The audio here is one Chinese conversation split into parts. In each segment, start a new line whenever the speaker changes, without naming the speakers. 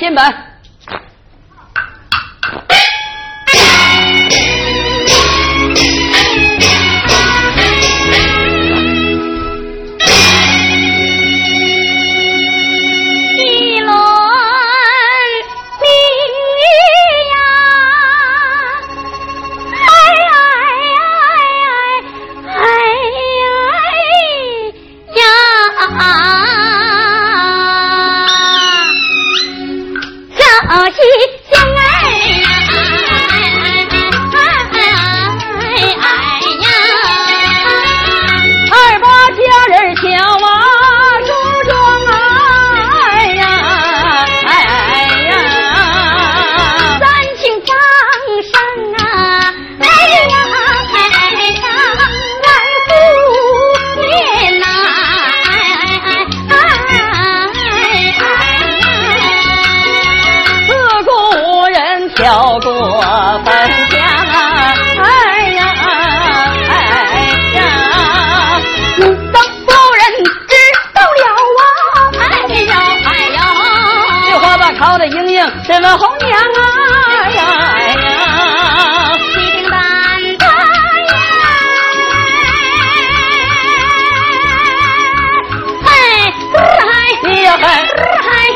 进门。
一轮明月呀，哎哎哎哎哎呀，早起醒来呀，哎哎哎呀，
二八佳人小娃梳妆啊，哎呀，哎呀，
三请放生啊，哎呀哎呀，万福年呐，哎哎哎哎哎，
四顾无人挑过坟墙啊，哎呀，哎呀，
等夫人知道了啊，哎呦哎呦，
这花把烤的莹莹，怎么红娘啊，哎呀，哎呀。
七品担当呀，哎哎
你呀嗨，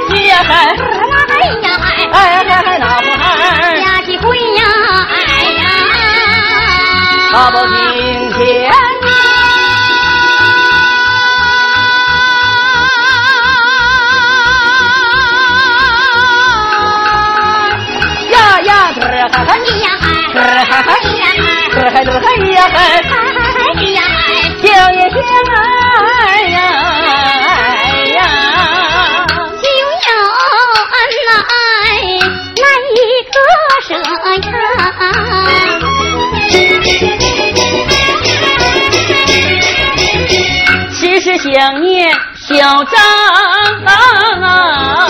你呀嗨，
哎呀哎。
哎嗨嗨哪不嗨？
呀几回呀，哎呀，
大包青天呀呀，嘚儿嗨嗨，
呀
嘚儿嗨嗨，嘚儿嗨嘚儿嗨呀嗨，叫一声哎呀哎呀，时时想念小张啊，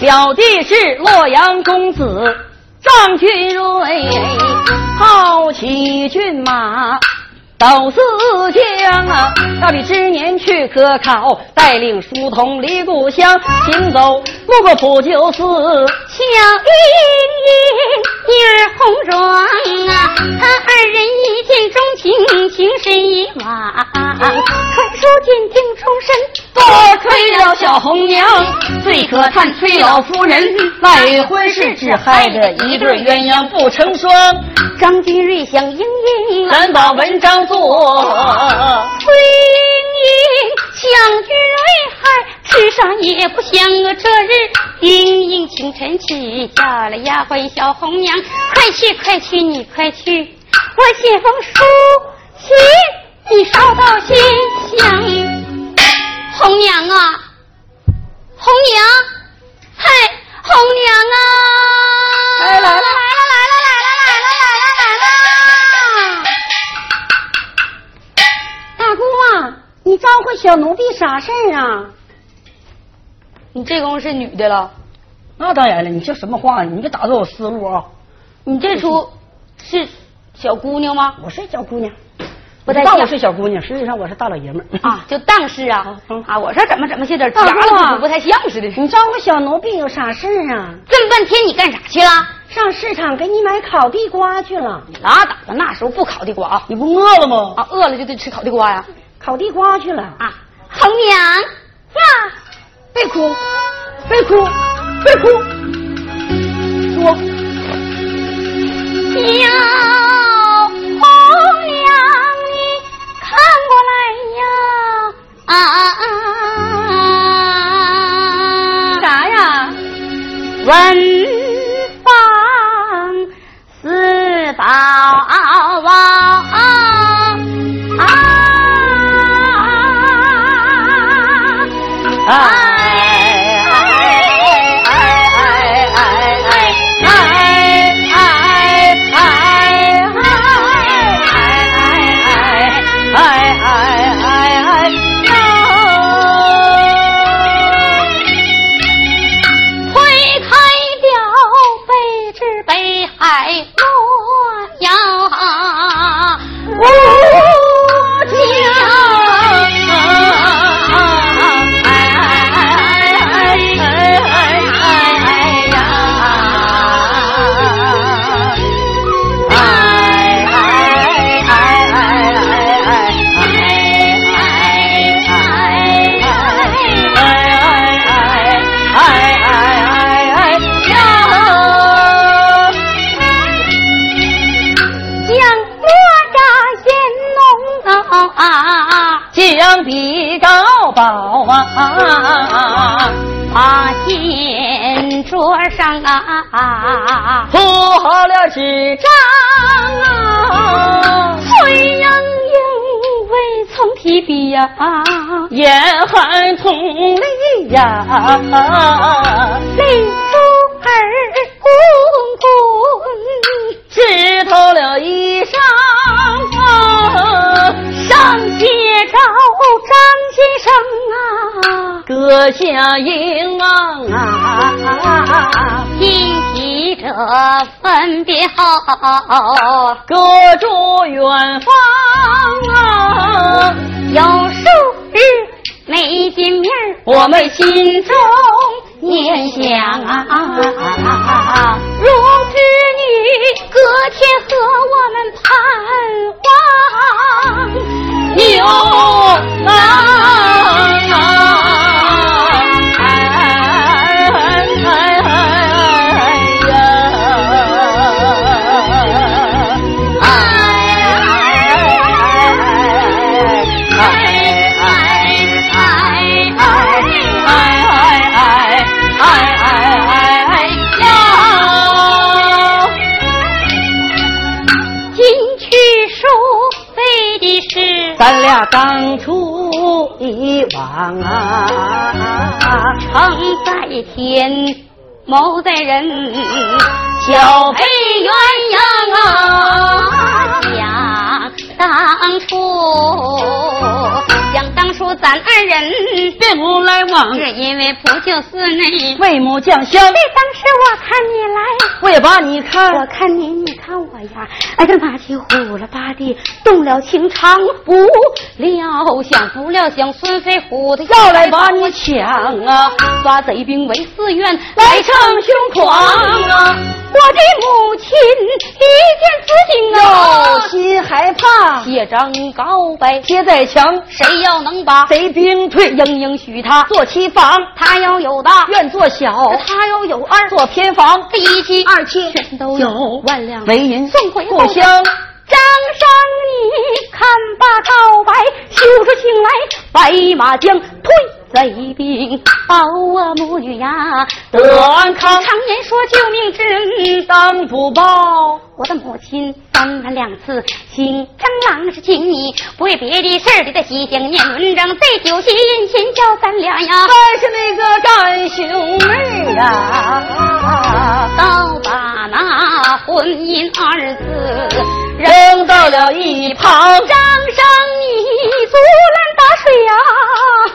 表弟是洛阳公子张君瑞，好骑骏马。到四江啊，到你之年去科考，带领书童离故乡，行走路过普救寺，
小一女儿红妆啊，他二人一见钟情，情深一往。传书见定终身，
多亏了小红娘，最可叹崔老夫人那一婚事，只害得一对鸳鸯不成双。
张君瑞想莺莺啊，
咱把文章做，
崔莺莺想君瑞嗨，吃上也不香啊。这日莺莺清晨起，叫了丫鬟小红娘，快去快去，你快去，我写封书信，你捎到信箱。红娘啊，红娘，嘿，红娘啊！
来了来了
来了来了来了来了来了！大姑啊，
你招呼小奴婢啥事儿啊？
你这功夫是女的了，
那当然了，你这什么话？你别打断我思路啊！
你这出是小姑娘吗？
我是小姑娘，
不太
你当我
像
是小姑娘，实际上我是大老爷们儿。
啊，就当是啊
嗯
啊！我说怎么怎么有点夹
大姑
了，
啊
不不太像似的。
你招呼小奴婢有啥事儿啊？
这么半天你干啥去了？
上市场给你买烤地瓜去了，
你拉倒吧，那时候不烤地瓜啊
你不饿了吗？
啊！饿了就得吃烤地瓜呀
烤地瓜去了，
啊！红娘呀，
别哭，别哭，别哭，说
小红娘，你看过来呀！啊啥呀？文房四宝啊！
哎哎哎哎哎哎哎哎哎！上比高宝啊，
八仙桌上啊，
铺好了纸张啊，
崔莺莺未曾提笔呀、
严寒痛泪呀，
泪珠儿滚
湿透了衣裳啊，
滚，上街找张先生啊，
阁下英昂啊，
今提着分别好，
各啊住远方啊，
有数日没见面儿，
我们心中
念想啊，如织女隔天和我们盼望
牛郎呀！
今去书为的是
咱俩当初以往啊，
成在天，谋在人，
小
配鸳鸯啊！想当初，想当初咱二人
并无来往，
是因为不就寺内。
为母将相，
这当时我看你来。
为把你看
我，看你，你看我呀，哎呀妈的，呼了吧的，动了情长，不料想，不料想，孙飞虎的
要来 把你抢啊，
抓贼兵为寺院，
来逞凶狂啊！
我的母亲一见此景啊
有，心还怕，
血涨高白，
贴在墙，
谁要能把
贼兵退，
英英许他，
做妻房，
他要有大，
愿做小，
他要有二，
做偏房，
第一期、
二妻
全都
有
万两
为银
送回
故乡，
张生，你看罢告白，休出请来，白马将退贼兵，保我母女呀！
德安康
常言说救命之恩，
当不报，
我的母亲三番两次请张郎是请你，不为别的事儿，你的西乡念文章，这酒席殷勤叫咱俩呀，
还是那个干兄妹呀，
倒把那婚姻二字
扔到了一旁，
张生你竹篮打水呀、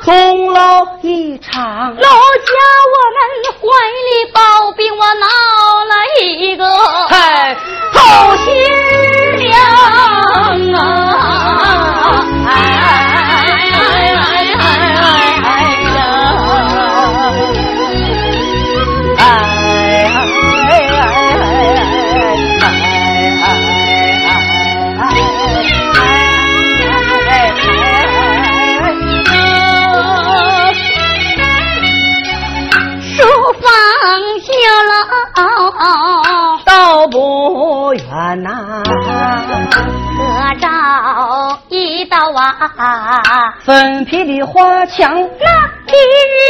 空劳一场
老。家我们怀里抱病，我闹了一个
嗨，
好新娘啊！哎哎哎哎哎哎呀！书房下了，
道不远呐、
隔着一道啊，
粉皮的花墙
那一日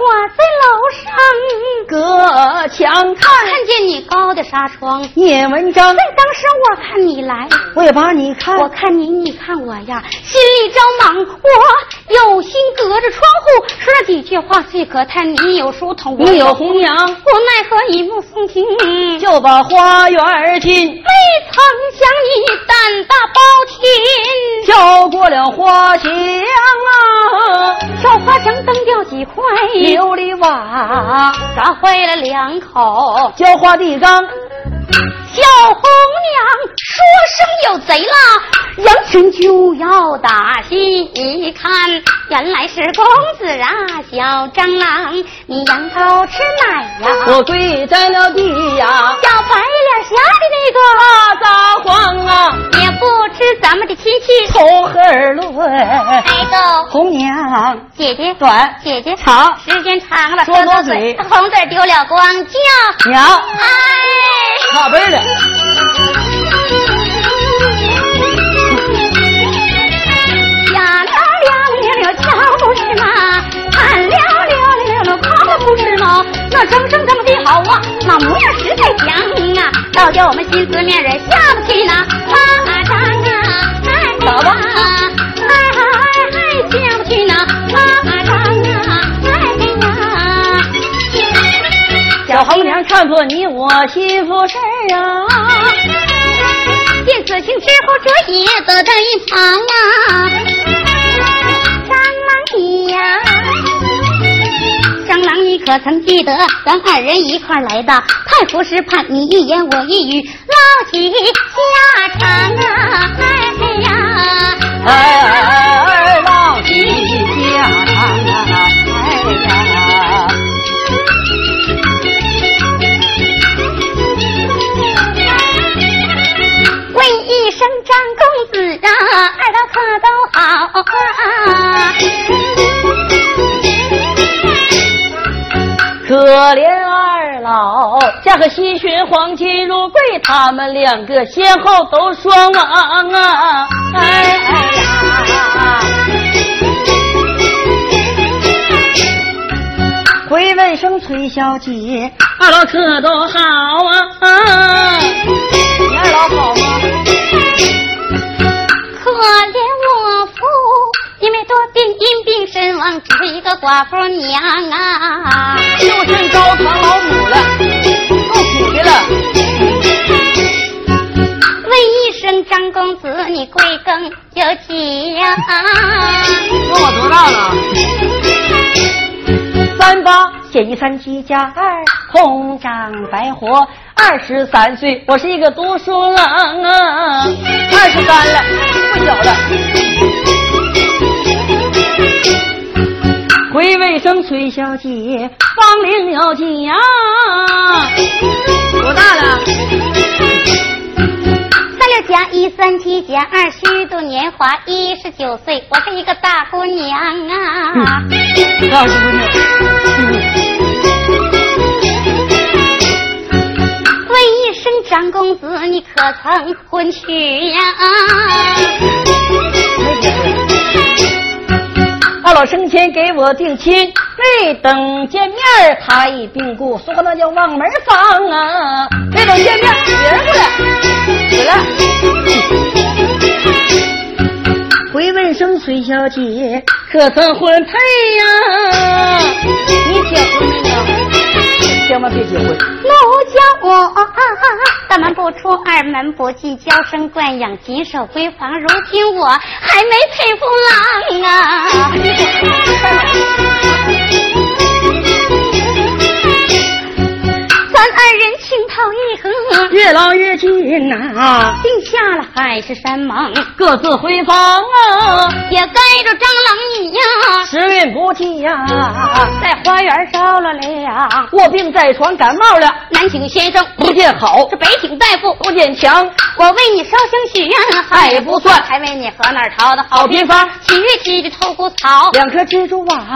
我在楼上
隔墙看，
看见你高的纱窗，
念文章，
那当时我看你来，
我也把你看，
我看你，你看我呀，心里着忙阔，有心隔着窗户说了几句话，最可叹你有书童，我
你有红娘，
无奈何一目送情，就
就把花园儿进，
没曾想你胆大包天，
跳过了花墙啊，
小花墙蹬掉几块，
琉璃瓦，
砸坏了两口，
浇花地缸，
小红娘说声有贼啦，扬拳就要打西，一看原来是公子啊，小蟑螂，你羊羔吃奶呀、
我跪在了地呀、
小白脸侠的
大撒谎啊，
那个也不知咱们的亲戚，
从何而论？
哎豆
红娘
姐姐
短
姐姐
长
时间长了，
说多
到
嘴
红嘴丢了光叫，
娘，
哎。
哪辈儿的？
呀啦呀啦呀强啊，倒叫我们心思面人下不去那巴掌啊，哎
打吧
呀哎哎哎，下不去那巴掌啊，哎呀。
小红娘看破你我心腹事儿啊，
电子庆之后，这也得在一旁啊。蟑螂你呀，蟑螂你可曾记得咱二人一块儿来的太湖石畔？你一言我一语，唠起家常啊，哎呀，
哎哎哎哎，老吉祥啊，哎呀。
问一声张公子啊，二道可都好啊。
可怜二老嫁个西巡黄金如贵，他们两个先后都双亡啊！哎哎呀！
回问声崔小姐，
二老可都好啊！啊你二老好吗？
可怜我父，因为多病因病身亡，只是一个寡妇娘啊。
又身哎高扛老母了，够体恤了。
问一声张公子，你贵庚有几呀、
问我多大了？三八减一三七加二，哎空长白活二十三岁。我是一个读书郎啊，二十三了，不小了。回味生崔小姐，芳龄啊有几呀、多大了？
三六加一，三七减二，虚度年华一十九岁，我是一个大姑娘啊。
告诉姑娘，嗯
问一声张公子，你可曾婚娶呀、
二老生前给我定亲，没等见面儿他已病故，俗话那叫望门房啊。没等见面，人过来，死了。
回问声崔小姐，
可曾婚配呀、你结婚没有？千万别结婚！
奴教我啊大门不出二门不进，娇生惯养，谨守闺房。如今我还没配夫郎啊！ 咱二人情投意合，
越老越近呐、
定下了海誓山盟，
各自回房啊，
也该着蟑螂你呀、
时运不济呀、
啊在花园着了凉。
卧病在床，感冒了，
南请先生，
不见好
这，北请大夫，
不见强，
我为你烧香许愿，啊
爱也不算
还为你和那儿淘的
好偏方，
七月七日透骨草，
两颗蜘蛛网，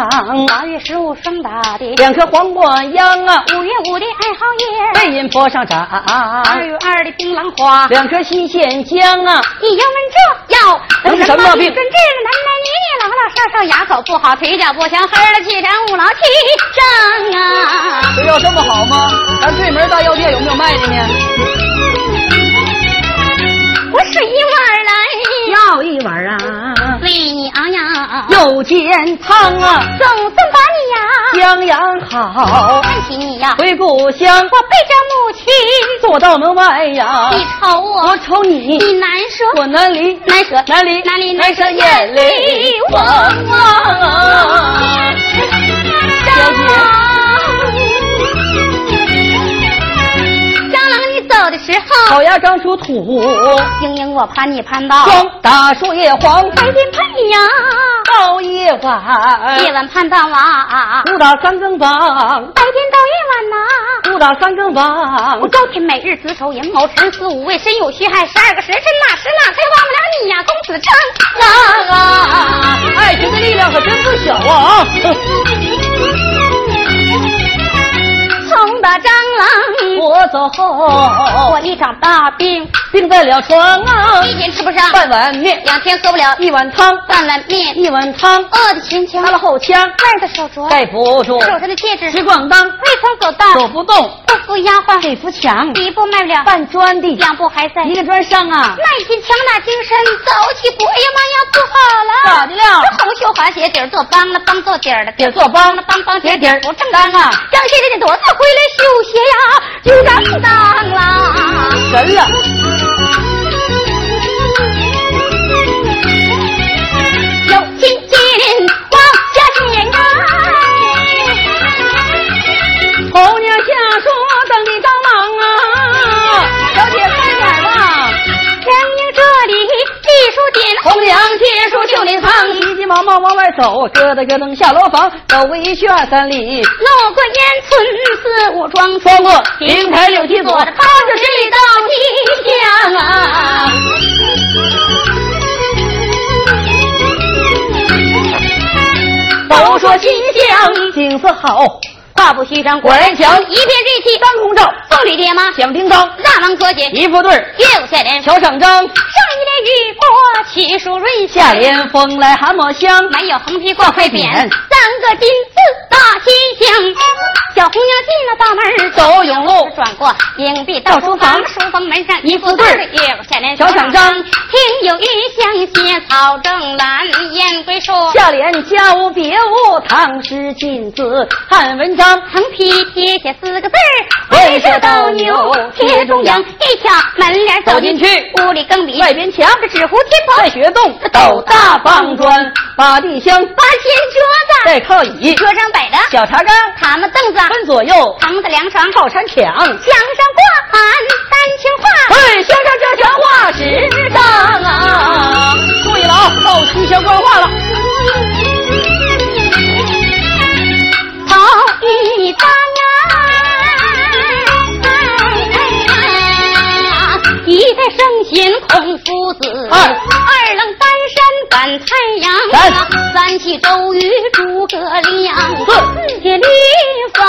八月十五霜打的，
两颗黄瓜秧啊，
五月五的二号叶，
背阴坡上长，
二月二的槟榔花。
两颗新鲜姜啊，
你要问这药
能治什么病
跟这个男男女女老老少少牙口不好，腿脚不强，黑了气沉，五劳七伤啊！
这药这么好吗？咱对门大药店有没有卖的呢？
我是一碗
要一碗啊，
来为你熬呀，
又见汤啊，
总算把你呀
江养好，
唤起你呀，
回故乡，
我背着母亲，
坐到门外呀，
你瞅我
我，瞅你，
你难舍，
我难离，
难舍，
难离，
哪里
难
难
舍
舍
眼
眼
泪
泪
汪
汪
汪
汪。
小姐
蟑螂，蟑螂你走的时候，
草芽刚出土，
英英我攀你攀到，
光打树叶黄，
白天攀你呀，
到夜晚，
夜晚攀到啊，
不打三更棒，
白天到夜晚呐。
不打三更棒
我，朝天每日子丑寅卯辰巳午未申酉戌亥十二个时辰哪时哪才忘不了你呀，公子称啊啊！
爱情的哎力量可真不小啊！啊
从打蟑螂，
我我走，
我一场大病，
病在了床啊，
一天吃不上，
半碗面，
两天喝不了
一碗汤，
半碗面，
一碗汤，
饿的全
搭
腔，
了后腔，
烂的手镯，
盖不住，
手上的戒指，
直咣当，
未曾走到，
走不动，
不服丫鬟，
这幅墙
一步迈不了，
半砖地，
两步还在，
一个砖上啊，
迈进强打精神，走起步，哎呀妈呀，不好了！
咋的了
这红袖滑鞋底儿做帮了，帮做底儿的底
也
儿
做帮
了，帮帮
鞋
底
底
底
儿
儿不正当啊！张先生，你多次回来修鞋呀，就当当啦！
神了，
有亲近往下写呀，
红娘下说等你当郎啊，小姐快点儿吧，
娘娘这里地书点
红娘贴书就领堂，急急忙忙往外走，咯噔咯噔下楼房，走过一圈三里，
路过烟村四五庄，
穿过亭台柳梯左
躲，着包着十里到西厢啊。
都说新乡景色好，
跨步西张
果然强，
一片瑞气，
当空照，
凤梨爹妈，
响叮当，
大王哥姐，
一副对儿，
岳武下联，上
桥上张，
一联雨波，起树润
下联风来寒墨香，
满有横批挂块匾，
匾
三个金字大西厢。小红娘进了大门儿，
走甬路
转过迎壁到书
到
房，
书
书房门上一副
副对儿
月下联
小赏章
庭有余香斜草正蓝，燕归树
下联家无别无，唐诗晋字汉文章，
横批贴下四个字儿，
会社斗牛
贴
贴
中
中
央，
央
一挑门帘
走进去
屋里更比
外边墙，
这纸糊贴棚，
在学洞，斗大方砖，八地香，
八仙
带靠椅，
桌子，桌上摆着
小茶缸，
榻们凳子，
分左右，
堂子凉床，
靠山墙，
墙上挂满丹青画，
哎，乡上这墙画十丈啊！注意了啊，到西厢官话了。
头一张啊，一代圣贤孔夫子，
二
二愣丹山赶太阳啊，三气周瑜诸葛亮，
四
四铁律反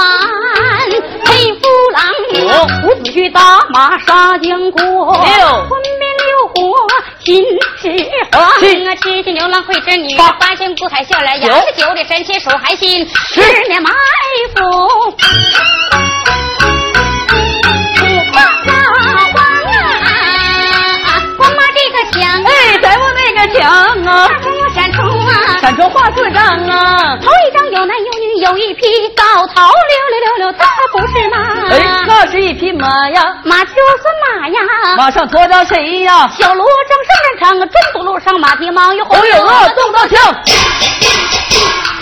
黑夫
五
郎啊，
伍子胥打马
杀江国，
六
昆明六国秦始皇
七
啊，痴心牛郎会织女，
八
八仙过海笑来
九
扬，九里神仙数海心，十面埋伏。王啊王啊，王妈这个响啊，
哎，在我那个墙啊，
二红又闪出啊，
闪出画四张啊。
头一张有男有女有一匹高头溜溜溜溜，它不是马，
哎，那是一匹马呀，
马就是马呀，
马上驮着谁呀？
小罗正上战场啊，中途路上马蹄忙又
侯
红
哦有恶，动刀枪，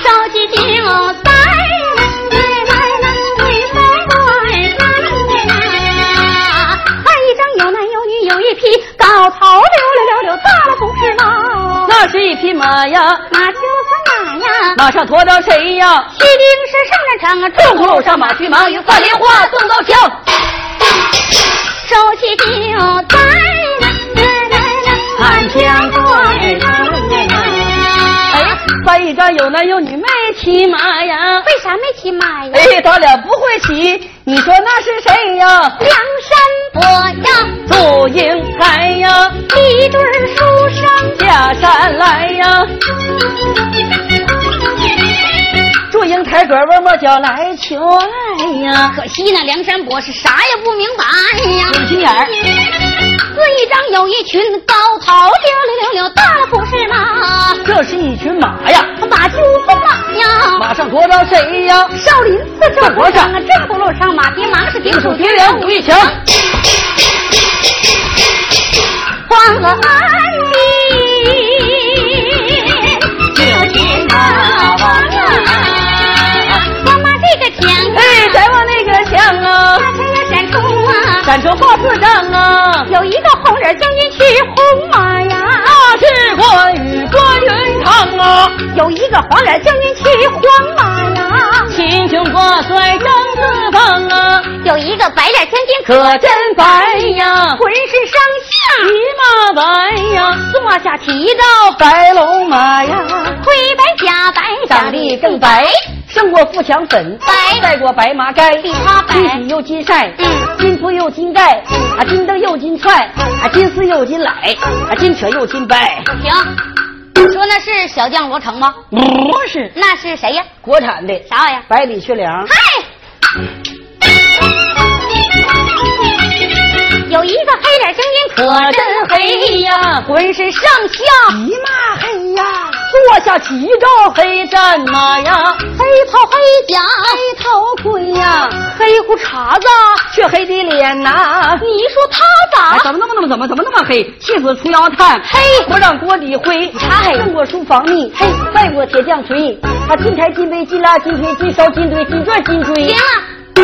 烧鸡酒在二一张有男有女有一匹高头溜溜溜溜大了不是猫，
那是一匹马呀，
马就是马呀。
马上驮着谁呀？
骑兵是上战场啊，
中
中
途
途
路
路
上
上
马
马
蹄
蹄
忙
忙，
于
又
画
挂
莲
莲
花
花
动
动
刀
刀枪。
枪，
手起酒在满腔对
哎，翻一张有男有女没骑马呀？
为啥没骑马呀？
哎，他俩不会骑，你说那是谁呀？
梁山伯呀，
祝英台呀，
一对儿书生。
下山来呀，祝英台拐弯抹角来求爱呀，
可惜那梁山伯是啥也不明白哎呀。
有心眼儿，
这一张有一群高头溜溜溜溜，大了不是马，
这是一群马呀，
马就是马呀。
马上驮着谁呀？
少林寺这
大和尚
啊，这不路上马蹄忙是顶
兵
手
鼠铁梁武一强，
黄河岸里就知道啊，王妈这个强啊，
哎，再往那个墙啊，
大山呀闪出啊。
闪出画四张啊，
有一个红脸将军骑红马呀，
那啊是关羽关云长啊，
有一个黄脸将军骑黄马呀，
秦琼挂帅张四方啊，
有一个白脸将军
可真白呀，
浑身上下
骑马白呀，
坐嗯下骑着
白龙马呀。
灰白甲白，
长得更白，胜过富强粉，
白
赛过白麻该，
比它白
金喜又金晒，
嗯
金铺又金盖，啊，金灯又金串，啊，金丝又金来，
嗯
啊，金犬又金掰，
停，说那是小将罗成吗？
不是
那是谁呀？
国产的，
啥玩意儿？
百里缺粮，
嗯嗨，有一个黑脸精英可真黑呀，浑身上下
一骂黑呀，坐下急着黑战马呀，
黑袍黑甲，
黑头盔呀，
黑胡茬子。
血黑的脸呐、
你说他
哎，
咋？
怎么那么那么怎么怎么那么黑？气死除妖炭，
黑
火掌锅底灰，
啥黑
胜过书房腻，
黑
败过铁匠锤，他金台金杯金拉金锤金烧金堆金钻金锥
行。了，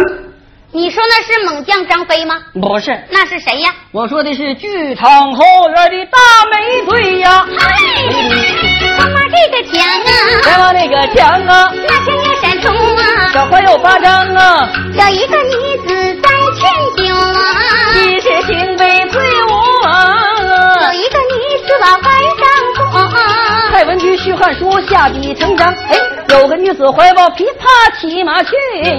你说那是猛将张飞吗？
不是，
那是谁呀？
我说的是剧场后院的大美队呀，
嗨，他妈这个强啊，
再往那个墙啊，
那强要闪冲啊，
小花有八张啊，
有一个女子在劝酒啊。
一是行杯醉舞
有
啊。
一个女子把怀上啊坐，
蔡文姬续汉书，下笔成章。哎，有个女子怀抱琵琶骑马去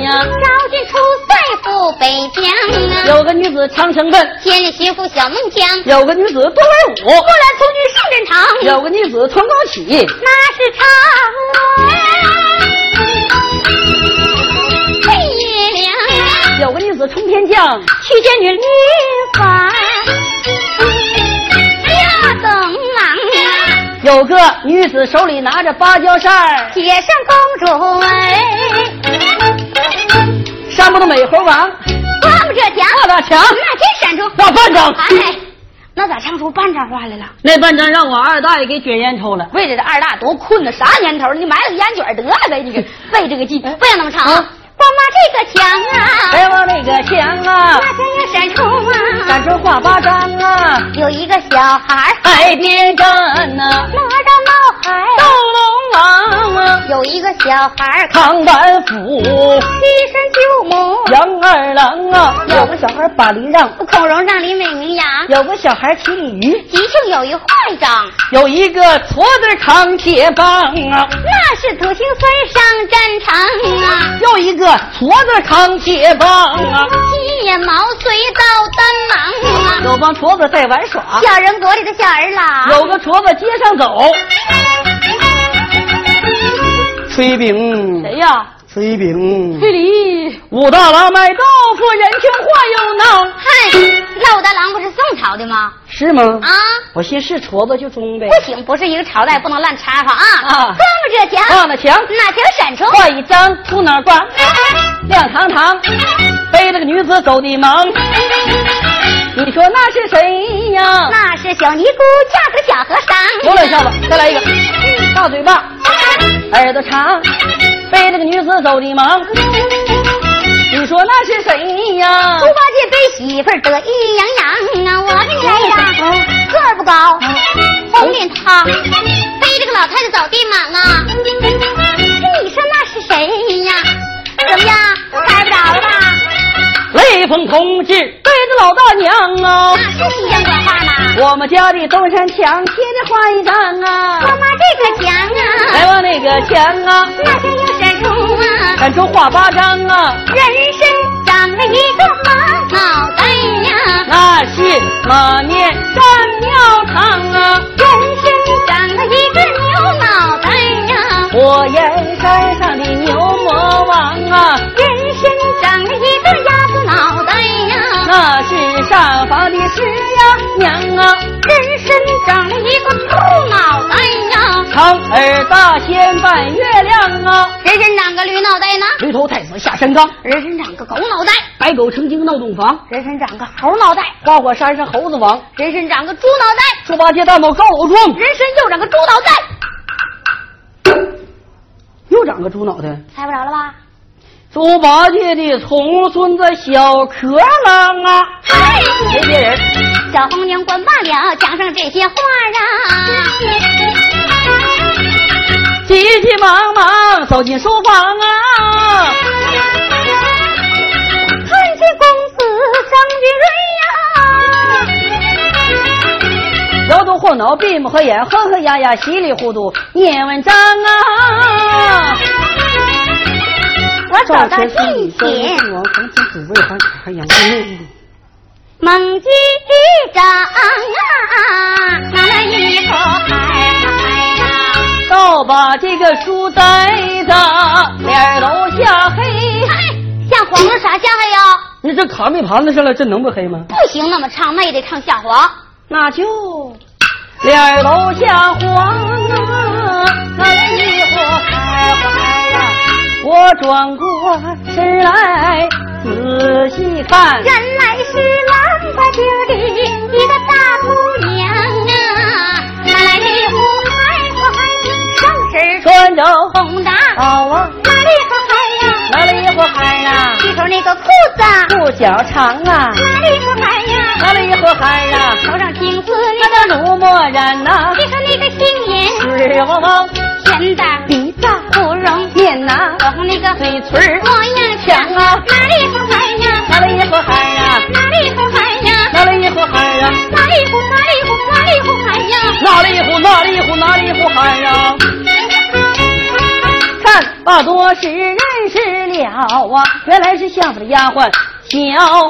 呀，
招进出塞赴北疆啊，
有个女子长城奔，
千里寻赴小孟姜，
有个女子多文武。
波澜从军上战场，
有个女子穿高起，
那是嫦娥，配月亮
有个女子冲天降，
去见女律法，哎呀，怎忙啊？
有个女子手里拿着芭蕉扇儿，
铁扇公主哎，
扇不动美猴王，
关不着墙，
大大强
那真闪出
那班长
哎，那咋唱出半张话来了？
那半张让我二大爷给卷烟抽了。
为这二大多困呐，啥年头？你买了个烟卷得了呗，你给费这个劲，
嗯
不想那么长。光妈这个墙啊，
哎往那个墙
那
啊，
墙要闪出啊，
赶着画八张啊，
有一个小孩儿
海边站呐、
摸着脑
斗
海，
龙王啊，哦
有一个小孩儿
扛板斧，
七身九母，
杨二郎啊，有个小孩把梨让，
孔融让梨美名扬，
有个小孩骑鲤鱼，
吉庆有一坏账，
有一个矬子扛铁棒啊。
那是土行孙上战场啊，
又一个矬子扛铁棒啊，
七眼毛遂到丹芒啊，
有帮矬子在玩耍，
小人国里的小儿郎。
有个矬子街上走。炊饼，
呀？
炊饼，
梨。
武大郎卖豆腐，人情话又闹，
嗨，那武大郎不是宋朝的吗？
是吗？
啊，
我寻思矬子就中呗
不行，不是一个朝代，不能乱插话啊！
啊
哼着这墙，
望了墙，
哪墙闪出？
画一张，秃脑瓜，亮堂堂，背着个女子走的忙，你说那是谁呀？
那是小尼姑嫁个小和尚。
有两下子，再来一个，大嘴 巴，耳朵长，背着个女子走的忙，你说那是谁呀
猪？八戒背媳妇儿得意洋洋啊！我给你来一
嗯
张，个儿不高，红脸汤，背着个老太太走地莽啊！你说那是谁呀？怎么样，猜不着了吧？
雷锋同志背着老大娘啊，
那是新疆官话吗？
我们家的东山墙贴着画一张
妈
啊，
妈这个墙啊，
来往那个墙啊，
那就有闪出啊，
赶出画八张啊，
人参长了一个马脑袋呀，
那是马面站庙堂啊，
人参长了一个牛脑袋呀，
火焰山上的牛魔王啊，
人参长了一个鸭子脑袋呀，
那是上房的石呀娘啊，
人参长了一个兔脑袋呀，
长耳大仙扮月亮啊，
人参长个驴脑袋呢，
驴头太子下山岗，
人参长个狗脑袋，
白狗成精闹洞房，
人参长个猴脑袋，
花果山上猴子王，
人参长个猪脑袋，
猪八戒大闹高楼庄。
人参又长个猪脑袋，
又长个猪脑袋。
猜不着了吧？
猪八戒的重孙子小壳郎啊，
嗨。
没别人，
小红娘关罢了，讲上这些话啊。
急急忙忙走进书房啊，
看见公子张云瑞呀、
摇头晃脑，闭目合眼，哼哼呀呀，稀里糊涂念文章啊。
找到近
前
前，
王红天子为还还杨贵
猛击一掌啊，拿了一口海海呀，
倒把这个书呆子脸儿都吓黑。
像哎黄了啥像黑呀？
你这卡没盘子上了，这能不黑吗？
不行，那么唱那也得唱下黄。
那就脸儿都吓黄啊，那一火开怀呀！我转过身来仔细看，
原来是兰花井里一个大姑娘啊，哪来的红孩子上身
穿着
红的，
好啊，
哪里个孩呀？
哪里火海啊？
系头那个裤子，
裤脚长啊，
哪里个孩呀？
哪里火海啊？
头上青丝
那
那
个乳墨染呐、
个，系上那个杏眼，
水汪汪，
甜的
鼻子
不容，
面呐、
火红那个
嘴唇儿
模样
强啊，
哪里个孩呀？
哪里火海啊？
哪里个孩呀？
哪里火海啊？
哪里红哪里红哪里红孩呀？
哪里虎哪里虎哪里虎喊啊！看把多时认识了啊，原来是相府的丫鬟小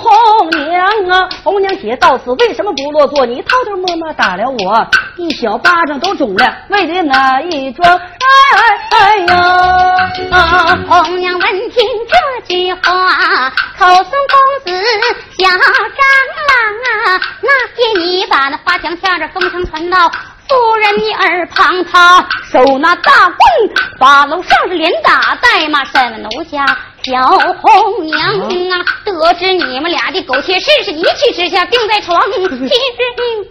红娘啊。红娘姐到此为什么不落座？你偷偷摸摸打了我一小巴掌都肿了，为的哪一桩？哎哎呀！啊
哦红娘闻听这句话，口诵公子小蟑螂啊！那天你把那花墙跳着啊风声传到夫人你耳旁，他手拿大棍，把楼上是连打带骂，审问楼下小红娘啊！得知你们俩的苟且事是一气之下定在床，今日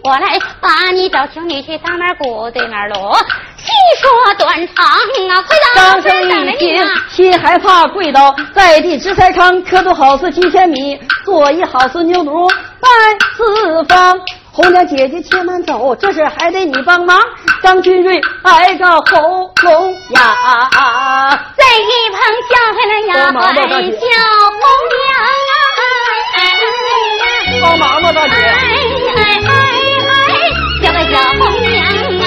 我来把你找情侣去当面鼓对面锣，细说短长啊！快当。
张生一听，心害怕，跪倒在地直塞糠，刻度好似七千米，做一好似牛犊拜四方。红娘姐姐且慢走，这事还得你帮忙。张君瑞挨个喉咙呀，
在一旁叫开了丫鬟小红娘啊，哎哎
帮忙吧，大姐。
哎哎，叫个小红娘啊，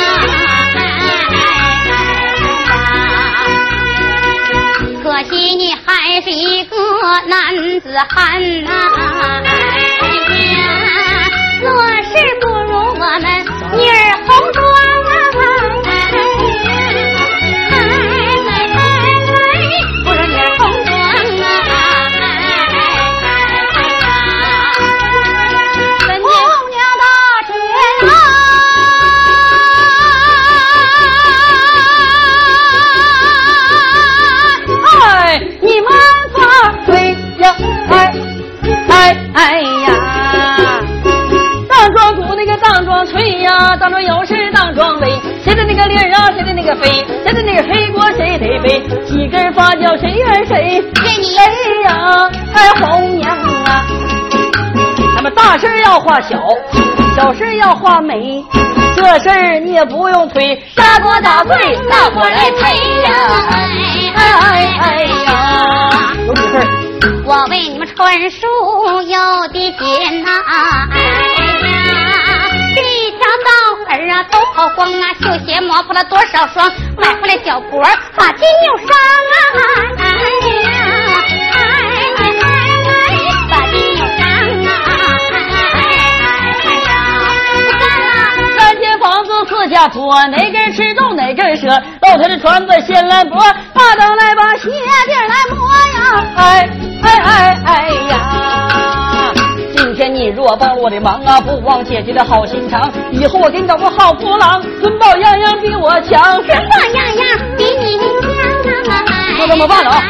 可惜你还是一个男子汉呐、哎呀，做事不如我们女儿红妆啊。不是女儿红妆啊，本娘大姐啊，
哎，你们发对呀，哎，哎哎呀，当庄鼓那个当庄吹呀，当庄摇是当庄擂，谁的那个粒儿啊，谁的那个飞，谁的那个黑锅谁得背，几根发胶谁怨谁？
这你
哎呀，哎红娘啊，咱们大事儿要化小，小事儿要化美，这事儿你也不用推，砂锅打碎，大伙来陪呀。
哎
哎
哎
哎
哎呀！
呀，有几事儿
我为你们穿书有的紧呐、哎呀，这一条道儿啊都跑光啊，绣鞋磨破了多少双，买回来小脖儿把筋扭伤啊，哎呀，哎哎哎哎，把筋扭伤啊，哎哎哎哎呀，不干了。
三间房子四家坡，哪根吃豆哪根折，露台的船子先来磨，大灯来把鞋底儿来磨呀！哎哎哎哎呀！今天你若帮我的忙啊，不忘姐姐的好心肠，以后我啊给你找个好夫郎，尊宝样样比我强。
什么样样比你强啊！
那怎么办了啊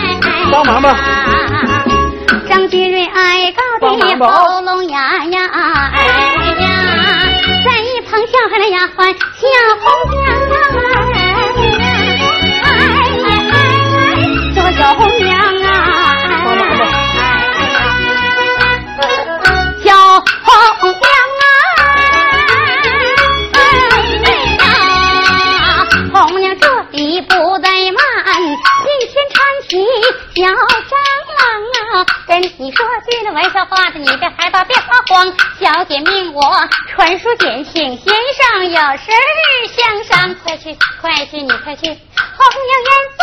帮忙吧。
张居瑞挨告的
帮忙吧啊
喉咙哑呀，哎呀，在一旁笑开了丫鬟小红娘啊，哎呀，哎呀哎呀，这个小红娘啊，
帮忙吧
小红娘啊，哎呀，红娘这里不怠慢，一天搀起小蟑螂啊，跟你说句那玩笑话的，你这害怕别发慌，小姐命我传书简，请先生有事相商，快去快去你快去，红娘原色。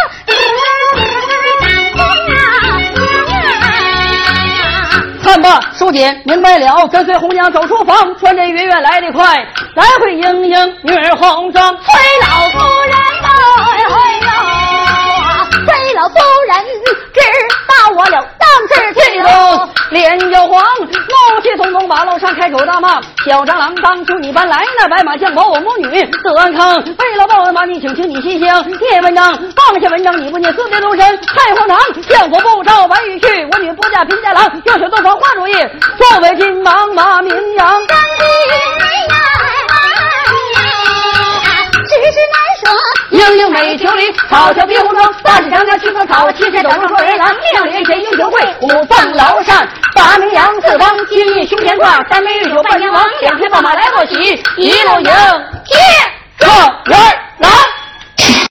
红娘
不紧，明白了，跟随红娘走出房，穿针越月来得快，来回莺莺女儿红妆。
崔老夫人到哎呦啊，崔老夫人知道我了，当
是这种脸又黄，怒气冲冲把楼上开口大骂：“小蟑螂，当初你搬来那白马将保我母女得安康，为了报恩把你请，请你西乡念文章，放下文章你不念，四别终身太荒唐，相府不招白玉去，我女不嫁贫家郎，要想洞房花烛夜，作为金榜马名扬。”
当今呀，世事难说。
英英美情里，草条别红妆，大指长江青藤草，七尺短裤说人郎，妙龄谁英雄会，五放崂山，拔名扬四方，金玉胸前挂，三杯玉手伴君王，两天宝马来报喜，一路迎。
天。